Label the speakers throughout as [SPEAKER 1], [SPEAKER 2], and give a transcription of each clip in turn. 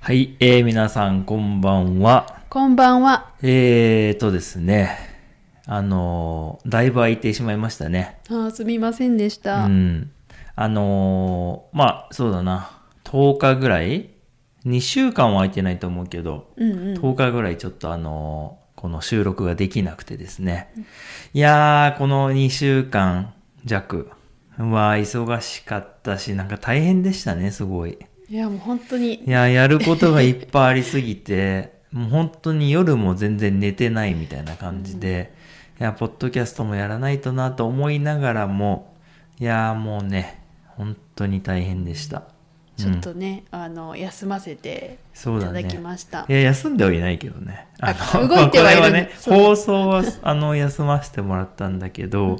[SPEAKER 1] はい、えー、皆さんこんばんは。
[SPEAKER 2] こんばんは。
[SPEAKER 1] えーとですね、あのーだいぶ空いてしまいましたね。
[SPEAKER 2] あーすみませんでし
[SPEAKER 1] う
[SPEAKER 2] た。
[SPEAKER 1] ん。あのーまあ、そうだな、10日ぐらい ?2 週間は空いてないと思うけど、
[SPEAKER 2] うん、うん、
[SPEAKER 1] 10日ぐらいちょっとあのーこの収録ができなくてですね。いやー、この2週間弱は忙しかったし、なんか大変でしたね、すごい。
[SPEAKER 2] いや、もう本当に
[SPEAKER 1] い。や、やることがいっぱいありすぎて、もう本当に夜も全然寝てないみたいな感じで、いや、ポッドキャストもやらないとなと思いながらも、いや、もうね、本当に大変でした。
[SPEAKER 2] ちょっとね、あの休ませて
[SPEAKER 1] そう
[SPEAKER 2] い
[SPEAKER 1] だ
[SPEAKER 2] た
[SPEAKER 1] ね。
[SPEAKER 2] だきました。
[SPEAKER 1] いや、休んではいないけどね。
[SPEAKER 2] あ動いてはいる
[SPEAKER 1] これね、
[SPEAKER 2] そう
[SPEAKER 1] 放送は、あの、休ませてもらったんだけど、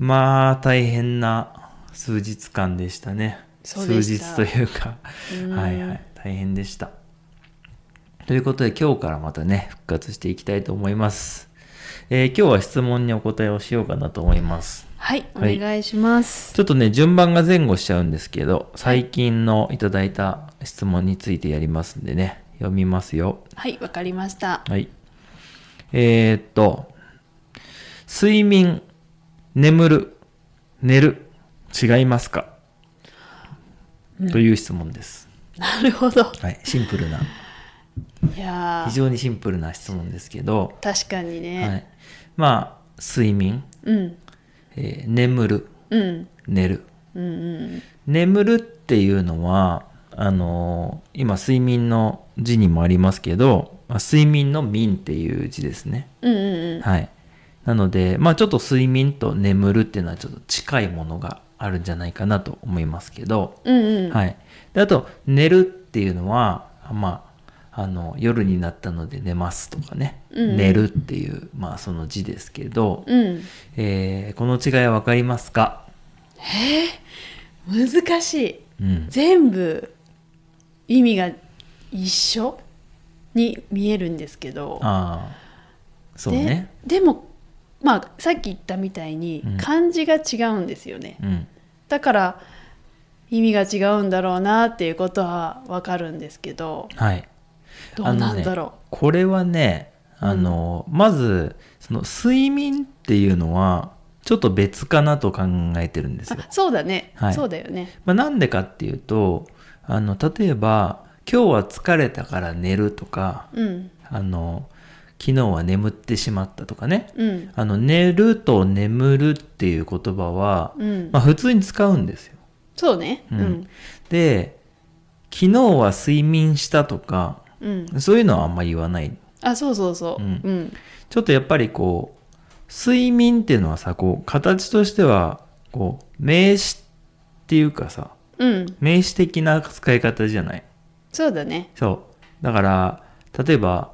[SPEAKER 1] まあ、大変な数日間でしたね。
[SPEAKER 2] そうでした
[SPEAKER 1] 数日というか、
[SPEAKER 2] うん
[SPEAKER 1] はいはい、大変でした。ということで、今日からまたね、復活していきたいと思います。えー今日は質問にお答えをしようかなと思います。
[SPEAKER 2] はい、お
[SPEAKER 1] はい
[SPEAKER 2] 願いします。
[SPEAKER 1] ちょっとね、順番が前後しちゃうんですけど、最近のいただいた質問についてやりますんでね、読みますよ。
[SPEAKER 2] はい、わかりました。
[SPEAKER 1] はい。えーっと、睡眠、眠る、寝る、違いますか、という質問です。
[SPEAKER 2] なるほど。
[SPEAKER 1] はい。シンプルな、
[SPEAKER 2] いや
[SPEAKER 1] 非
[SPEAKER 2] ー、
[SPEAKER 1] 常にシンプルな質問ですけど、
[SPEAKER 2] 確かにね。
[SPEAKER 1] はい。まあ、睡眠、
[SPEAKER 2] うん、
[SPEAKER 1] えー眠る、
[SPEAKER 2] うん、
[SPEAKER 1] 寝る。
[SPEAKER 2] うん、うん。
[SPEAKER 1] 眠るっていうのは、あのー今、睡眠の字にもありますけど、まあ睡眠の眠っていう字ですね。
[SPEAKER 2] うんうんうん、
[SPEAKER 1] はい。なので、まあちょっと睡眠と眠るっていうのはちょっと近いものがあるんじゃないかなと思いますけど、
[SPEAKER 2] うんうん、
[SPEAKER 1] はい。で、あと、寝るっていうのは、まあ、あの、夜になったので寝ますとかね、
[SPEAKER 2] うんうん
[SPEAKER 1] 寝るっていう、まあその字ですけど、
[SPEAKER 2] うん、
[SPEAKER 1] えーこの違いわかりますか
[SPEAKER 2] 難しい。
[SPEAKER 1] うん。
[SPEAKER 2] 全部意味が一緒に見えるんですけど。
[SPEAKER 1] ああ、そうね。
[SPEAKER 2] ででもまあさっき言ったみたいに
[SPEAKER 1] うん
[SPEAKER 2] 漢字が違うんですよね、
[SPEAKER 1] うん。
[SPEAKER 2] だから意味が違うんだろうなっていうことはわかるんですけど
[SPEAKER 1] はい。
[SPEAKER 2] どうなんだろ
[SPEAKER 1] あのねこれはね、あの、まず、その睡眠っていうのは、ちょっと別かなと考えてるんです
[SPEAKER 2] う、
[SPEAKER 1] よ。
[SPEAKER 2] あ そうだね、
[SPEAKER 1] はい
[SPEAKER 2] そうだよね
[SPEAKER 1] まあ、なんでかっていうと、あの、例えば、今日は疲れたから寝るとか、
[SPEAKER 2] うん
[SPEAKER 1] あの、昨日は眠ってしまったとかね。
[SPEAKER 2] うん
[SPEAKER 1] あの、寝ると眠るっていう言葉は、
[SPEAKER 2] うん、
[SPEAKER 1] まあ普通に使うんですよ。
[SPEAKER 2] そうねう
[SPEAKER 1] うん
[SPEAKER 2] ん
[SPEAKER 1] で、昨日は睡眠したとか、
[SPEAKER 2] うん、
[SPEAKER 1] そういうのはあんまり言わない。
[SPEAKER 2] あそうそうそう
[SPEAKER 1] うん
[SPEAKER 2] うん
[SPEAKER 1] ちょっとやっぱりこう、睡眠っていうのはさ、こう、形としては、こう、名詞っていうかさ、
[SPEAKER 2] うん
[SPEAKER 1] 名詞的な使い方じゃない。
[SPEAKER 2] そうだね
[SPEAKER 1] そう。だから、例えば、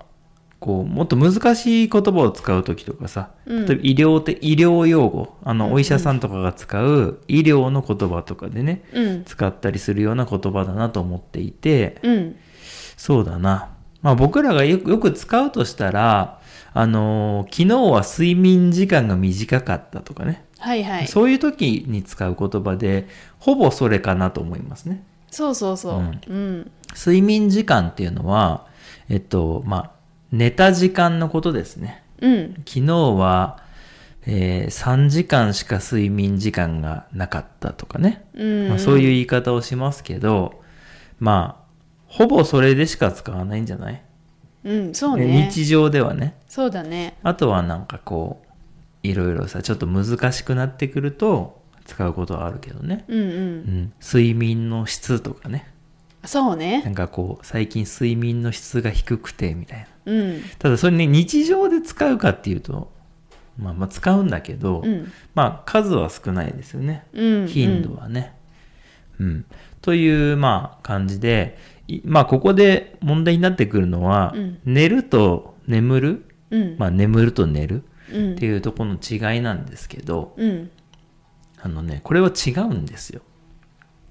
[SPEAKER 1] こう、もっと難しい言葉を使うときとかさ、
[SPEAKER 2] うん
[SPEAKER 1] 例えば医療って、医療用語、あ
[SPEAKER 2] うんう
[SPEAKER 1] の、
[SPEAKER 2] ん
[SPEAKER 1] お医者さんとかが使う医療の言葉とかでね、
[SPEAKER 2] うん
[SPEAKER 1] 使ったりするような言葉だなと思っていて、
[SPEAKER 2] うん
[SPEAKER 1] そうだな。まあ僕らがよくよく使うとしたら、あのー昨日は睡眠時間が短かったとかね、
[SPEAKER 2] はいはいそ
[SPEAKER 1] そういう時に使う言葉で、ほぼそれかなと思いますね。
[SPEAKER 2] うそうそう
[SPEAKER 1] う
[SPEAKER 2] うんん、
[SPEAKER 1] 睡眠時間っていうのは、えっと、まあ、寝た時間のことですね。
[SPEAKER 2] うん、
[SPEAKER 1] 昨日は、えー3時間しか睡眠時間がなかったとかね。
[SPEAKER 2] うん
[SPEAKER 1] まあ、そういう言い方をしますけど、まあ、ほぼそれでしか使わないんじゃない
[SPEAKER 2] うんそう
[SPEAKER 1] ね
[SPEAKER 2] ね
[SPEAKER 1] 日常ではね
[SPEAKER 2] そうだね
[SPEAKER 1] あとはなんかこういろいろさちょっと難しくなってくると使うことはあるけどね、
[SPEAKER 2] うんう
[SPEAKER 1] うんん、睡眠の質とかね
[SPEAKER 2] そう
[SPEAKER 1] な
[SPEAKER 2] ね
[SPEAKER 1] んかこう最近睡眠の質が低くてみたいな
[SPEAKER 2] うん
[SPEAKER 1] ただそれね日常で使うかっていうとまあまあ使うんだけど、
[SPEAKER 2] うん
[SPEAKER 1] まあ数は少ないですよね
[SPEAKER 2] うん
[SPEAKER 1] 頻度はねうん、というまあ感じでいまあここで問題になってくるのは、
[SPEAKER 2] うん
[SPEAKER 1] 寝ると眠る
[SPEAKER 2] うん
[SPEAKER 1] まあ、眠ると寝る
[SPEAKER 2] うん
[SPEAKER 1] っていうところの違いなんですけど、
[SPEAKER 2] うん
[SPEAKER 1] あのね、これは違うんですよ。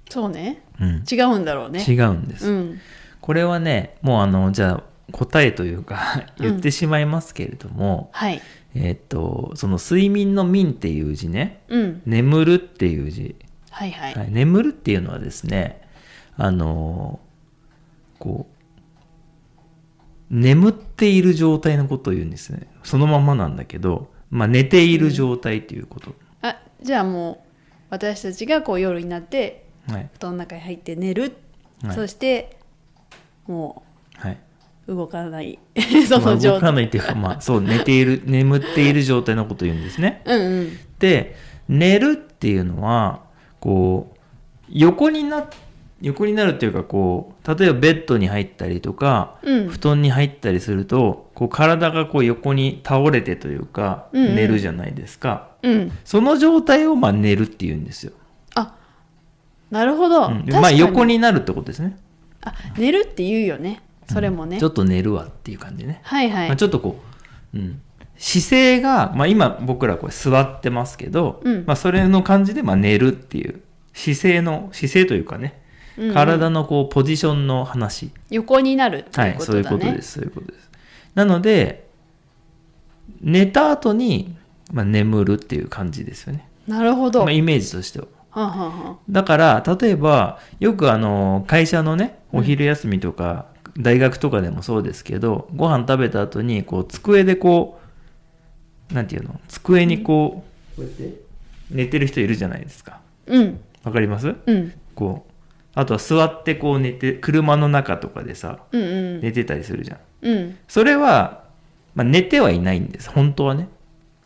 [SPEAKER 2] そうね
[SPEAKER 1] うん。
[SPEAKER 2] 違うんだろうね
[SPEAKER 1] 違うんです。
[SPEAKER 2] うん
[SPEAKER 1] これはね、もうあの、じゃあ答えというか
[SPEAKER 2] うん
[SPEAKER 1] 言ってしまいますけれども、
[SPEAKER 2] はい
[SPEAKER 1] えーっと、その睡眠の眠っていう字ね、
[SPEAKER 2] うん
[SPEAKER 1] 眠るっていう字、
[SPEAKER 2] はいはい、
[SPEAKER 1] はい、眠るっていうのはですね、あのーこう、眠っている状態のことを言うんですね。そのままなんだけど、まあ寝ている状態ということ。
[SPEAKER 2] あじゃあもう私たちがこう夜になって
[SPEAKER 1] はい。
[SPEAKER 2] 布団の中に入って寝る、
[SPEAKER 1] はい
[SPEAKER 2] そしても
[SPEAKER 1] はい。
[SPEAKER 2] う動かないそ
[SPEAKER 1] まあ
[SPEAKER 2] の状
[SPEAKER 1] 動か
[SPEAKER 2] 態、
[SPEAKER 1] ないっていうか、まあそう、寝ている、 眠っている状態のことを言うんですね。
[SPEAKER 2] うんうん
[SPEAKER 1] で、寝るっていうのは、こう、横にな、横になるっていうか、こう、例えばベッドに入ったりとか、
[SPEAKER 2] うん
[SPEAKER 1] 布団に入ったりすると、こう体がこう横に倒れてというか、
[SPEAKER 2] うんうん
[SPEAKER 1] 寝るじゃないですか。
[SPEAKER 2] うん
[SPEAKER 1] その状態をまあ寝るっていうんですよ。
[SPEAKER 2] あなるほど、
[SPEAKER 1] うん
[SPEAKER 2] 確かに
[SPEAKER 1] まあ横になるってことですね。
[SPEAKER 2] あ寝るって言うよねそれもね、
[SPEAKER 1] ちょっと寝るわっていう感じね。
[SPEAKER 2] はいはい、
[SPEAKER 1] まあ、ちょっとこう、うん、姿勢が、まあ、今僕らこれ座ってますけど、
[SPEAKER 2] うん
[SPEAKER 1] まあ、それの感じでまあ寝るっていう姿勢の姿勢というかね、
[SPEAKER 2] うんうん
[SPEAKER 1] 体のこうポジションの話、
[SPEAKER 2] 横になるって
[SPEAKER 1] はいいう
[SPEAKER 2] こ
[SPEAKER 1] そうい
[SPEAKER 2] と
[SPEAKER 1] うこ
[SPEAKER 2] だ
[SPEAKER 1] と
[SPEAKER 2] ね、
[SPEAKER 1] ですそういうことですなので寝た後にまあ、眠るっていう感じですよね、
[SPEAKER 2] なるほど、
[SPEAKER 1] まあ、イメージとしては
[SPEAKER 2] はんはんはん
[SPEAKER 1] だから例えばよくあの会社のねお昼休みとか、大学とかでもそうですけどご飯食べた後にこう机でこうなんていうの机にこう,、こうやって寝てる人いるじゃないですか
[SPEAKER 2] うん
[SPEAKER 1] わかります
[SPEAKER 2] うん
[SPEAKER 1] こうあとは座ってこう寝て車の中とかでさ
[SPEAKER 2] うんうん
[SPEAKER 1] 寝てたりするじゃん
[SPEAKER 2] うん
[SPEAKER 1] それは、まあ、寝てはいないんです本当はね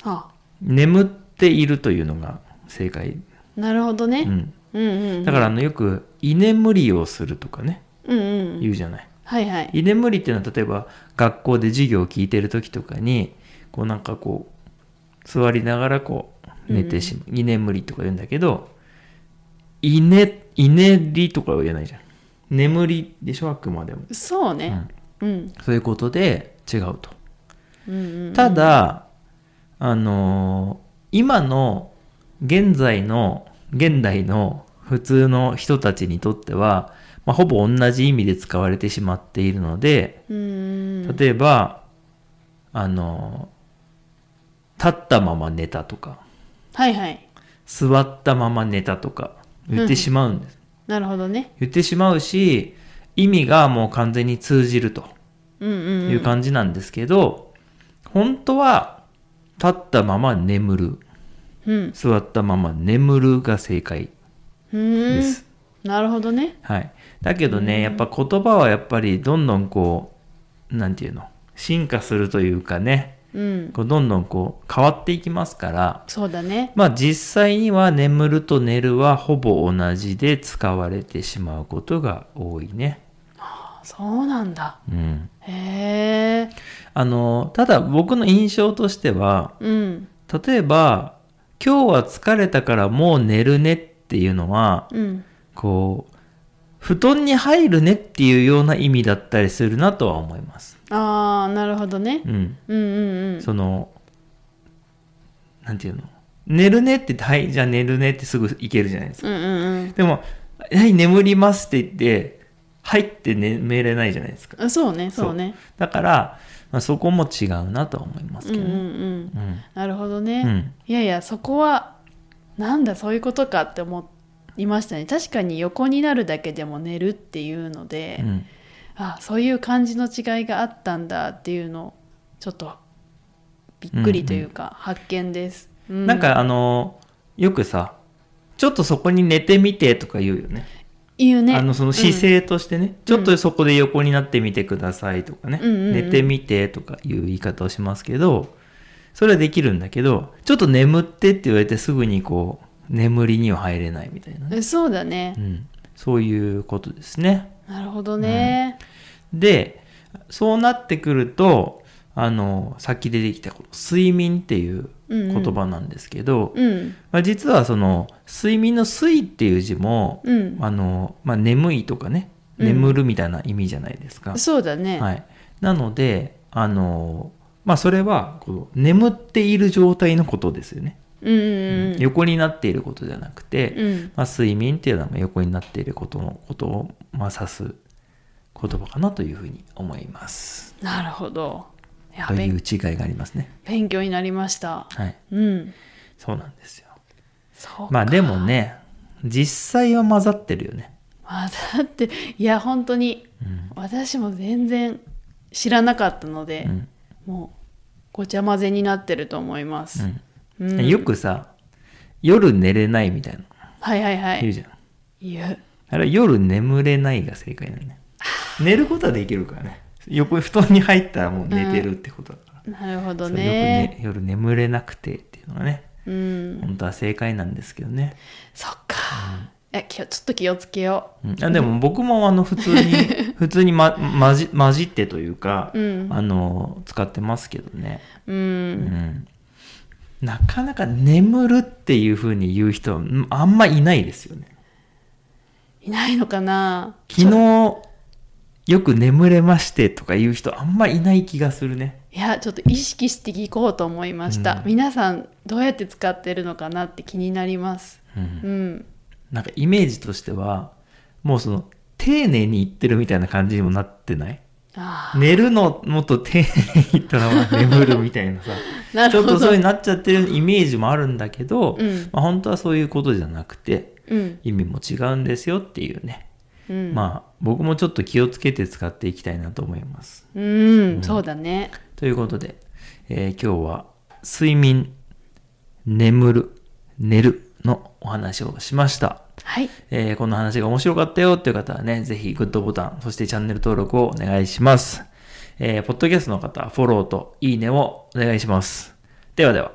[SPEAKER 2] あ
[SPEAKER 1] 眠っているというのが正解、
[SPEAKER 2] なるほど
[SPEAKER 1] う
[SPEAKER 2] ね、
[SPEAKER 1] ん、
[SPEAKER 2] うん、うんうん
[SPEAKER 1] だからあのよく居眠りをするとかね
[SPEAKER 2] うんうん
[SPEAKER 1] 言うじゃない。
[SPEAKER 2] はいはい
[SPEAKER 1] 居眠りっていうのは例えば学校で授業を聞いてる時とかにこうなんかこう座りながらこう寝てしまう、居眠りとか言うんだけど居ね居寝りとかは言えないじゃん眠りでしょあくまでも、
[SPEAKER 2] そう
[SPEAKER 1] う
[SPEAKER 2] ね
[SPEAKER 1] ん、
[SPEAKER 2] うん
[SPEAKER 1] そういうことで違うと
[SPEAKER 2] うんうん
[SPEAKER 1] ただあのー今の現在の現代の普通の人たちにとっては、まあ、ほぼ同じ意味で使われてしまっているので、
[SPEAKER 2] うんうん
[SPEAKER 1] 例えば、あの立ったまま寝たとか
[SPEAKER 2] はいはい
[SPEAKER 1] 座ったまま寝たとか言ってしまうんです、
[SPEAKER 2] なるほどね
[SPEAKER 1] 言ってしまうし意味がもう完全に通じると
[SPEAKER 2] うんうん
[SPEAKER 1] いう感じなんですけど、本当は立ったまま眠る
[SPEAKER 2] うん
[SPEAKER 1] 座ったまま眠るが正解
[SPEAKER 2] うーん
[SPEAKER 1] です、
[SPEAKER 2] なるほどね
[SPEAKER 1] はい、だけどねやっぱ言葉はやっぱりどんどんこうなんていうの進化するというかね
[SPEAKER 2] うん
[SPEAKER 1] こうどんどんこう変わっていきますから、
[SPEAKER 2] そうだね
[SPEAKER 1] まあ実際には眠ると寝るはほぼ同じで使われてしまうことが多いね。
[SPEAKER 2] そうなんだ
[SPEAKER 1] うん。
[SPEAKER 2] へえ
[SPEAKER 1] あの、ただ僕の印象としては、
[SPEAKER 2] うん
[SPEAKER 1] 例えば、今日は疲れたからもう寝るねっていうのは、
[SPEAKER 2] うん
[SPEAKER 1] こう、布団に入るねっていうような意味だったりするなとは思います。
[SPEAKER 2] ああなるほどね
[SPEAKER 1] うん。
[SPEAKER 2] うんうんうん
[SPEAKER 1] その、なんていうの寝るねって、はい、じゃあ寝るねってすぐ行けるじゃないですか。
[SPEAKER 2] うんうんうん
[SPEAKER 1] でも、はい、眠りますって言って、入って眠れないじゃないですか。
[SPEAKER 2] あそうねそうね
[SPEAKER 1] だから、まあ、そこも違うなとは思います
[SPEAKER 2] うん
[SPEAKER 1] け
[SPEAKER 2] う
[SPEAKER 1] ど
[SPEAKER 2] ん
[SPEAKER 1] ね。
[SPEAKER 2] うん
[SPEAKER 1] うん
[SPEAKER 2] なるほど
[SPEAKER 1] う
[SPEAKER 2] ね、
[SPEAKER 1] ん
[SPEAKER 2] いやいやそこはなんだそういうことかって思いましたね確かに横になるだけでも寝るっていうので、
[SPEAKER 1] うん
[SPEAKER 2] あそういう感じの違いがあったんだっていうのをちょっとびっくりというか、発見です、う
[SPEAKER 1] なんか、あのよくさ、ちょっとそこに寝てみてとか言うよね。
[SPEAKER 2] 言うね
[SPEAKER 1] あの、その姿勢としてね、ちょっとそこで横になってみてくださいとかね、
[SPEAKER 2] うんうんうん
[SPEAKER 1] 寝てみてとかいう言い方をしますけど、それはできるんだけど、ちょっと眠ってって言われてすぐにこう、眠りには入れないみたいなね
[SPEAKER 2] うんそうだね
[SPEAKER 1] う、ん、そういうことですね。
[SPEAKER 2] なるほどね、
[SPEAKER 1] で、そうなってくると、あの、さっき出てきたこの睡眠っていう
[SPEAKER 2] うんうん
[SPEAKER 1] 言葉なんですけど、
[SPEAKER 2] うん
[SPEAKER 1] まあ、実はその睡眠の睡っていう字も、
[SPEAKER 2] うん
[SPEAKER 1] あの、まあ、眠いとかね、
[SPEAKER 2] うん
[SPEAKER 1] 眠るみたいな意味じゃないですか。
[SPEAKER 2] そうだね、
[SPEAKER 1] はい。なので、あの、まあ、それはこう眠っている状態のことですよね、
[SPEAKER 2] うんうんうん
[SPEAKER 1] 横になっていることじゃなくて、
[SPEAKER 2] うん
[SPEAKER 1] まあ、睡眠っていうのは横になっていることのことを、まあ、指す言葉かなというふうに思います。
[SPEAKER 2] なるほどいや
[SPEAKER 1] とい
[SPEAKER 2] 勉
[SPEAKER 1] う違いがありますね。
[SPEAKER 2] 勉強になりました
[SPEAKER 1] はい。
[SPEAKER 2] うん
[SPEAKER 1] そうなんですよ。
[SPEAKER 2] そうか
[SPEAKER 1] まあでもね、実際は混ざってるよね。
[SPEAKER 2] あだっていや本当に、私も全然知らなかったので、
[SPEAKER 1] ん
[SPEAKER 2] もうごちゃ混ぜになってると思います、うん
[SPEAKER 1] よくさ夜寝れないみたいなの
[SPEAKER 2] はいはいは
[SPEAKER 1] 言う
[SPEAKER 2] い
[SPEAKER 1] じゃん
[SPEAKER 2] 言う
[SPEAKER 1] あれは夜眠れないが正解なの ね寝ることはできるからね横に布団に入ったらもう寝てるってことだから、
[SPEAKER 2] なるほど
[SPEAKER 1] そう
[SPEAKER 2] ね
[SPEAKER 1] よく、ね、夜眠れなくてっていうのがね
[SPEAKER 2] うん
[SPEAKER 1] 本当は正解なんですけどね、
[SPEAKER 2] そっか、え気をちょっと気をつけよ
[SPEAKER 1] うんあでも僕もあの普通 に普通に、ま、混じ混じってというか、
[SPEAKER 2] うん
[SPEAKER 1] あの使ってますけどね、
[SPEAKER 2] うう
[SPEAKER 1] うんん、なかなか眠るっていうふうに言う人はうんあんまいないですよね
[SPEAKER 2] いないのかな
[SPEAKER 1] 昨日よく眠れましてとか言う人あんまいない気がするね
[SPEAKER 2] いやちょっと意識して聞こうと思いました、
[SPEAKER 1] うん
[SPEAKER 2] 皆さんどうやって使ってるのかなって気になります
[SPEAKER 1] うん
[SPEAKER 2] うん
[SPEAKER 1] なんかイメージとしてはもうその丁寧に言ってるみたいな感じにもなってない
[SPEAKER 2] あ
[SPEAKER 1] 寝るのもっと丁寧に言ったらまあ眠るみたいなさ
[SPEAKER 2] あな
[SPEAKER 1] ち
[SPEAKER 2] る
[SPEAKER 1] ょっ
[SPEAKER 2] ほど
[SPEAKER 1] とそういうなっちゃってるイメージもあるんだけど、
[SPEAKER 2] うん
[SPEAKER 1] まあ、本当はそういうことじゃなくて
[SPEAKER 2] うん
[SPEAKER 1] 意味も違うんですよっていうね、
[SPEAKER 2] うん、
[SPEAKER 1] まあ僕もちょっと気をつけて使っていきたいなと思います
[SPEAKER 2] うん、そうだね
[SPEAKER 1] ということで、えー今日は睡眠眠る寝るのお話をしました
[SPEAKER 2] はい
[SPEAKER 1] えーこの話が面白かったよっていう方はね、ぜひグッドボタン、そしてチャンネル登録をお願いします。えーポッドキャストの方、フォローといいねをお願いします。ではでは。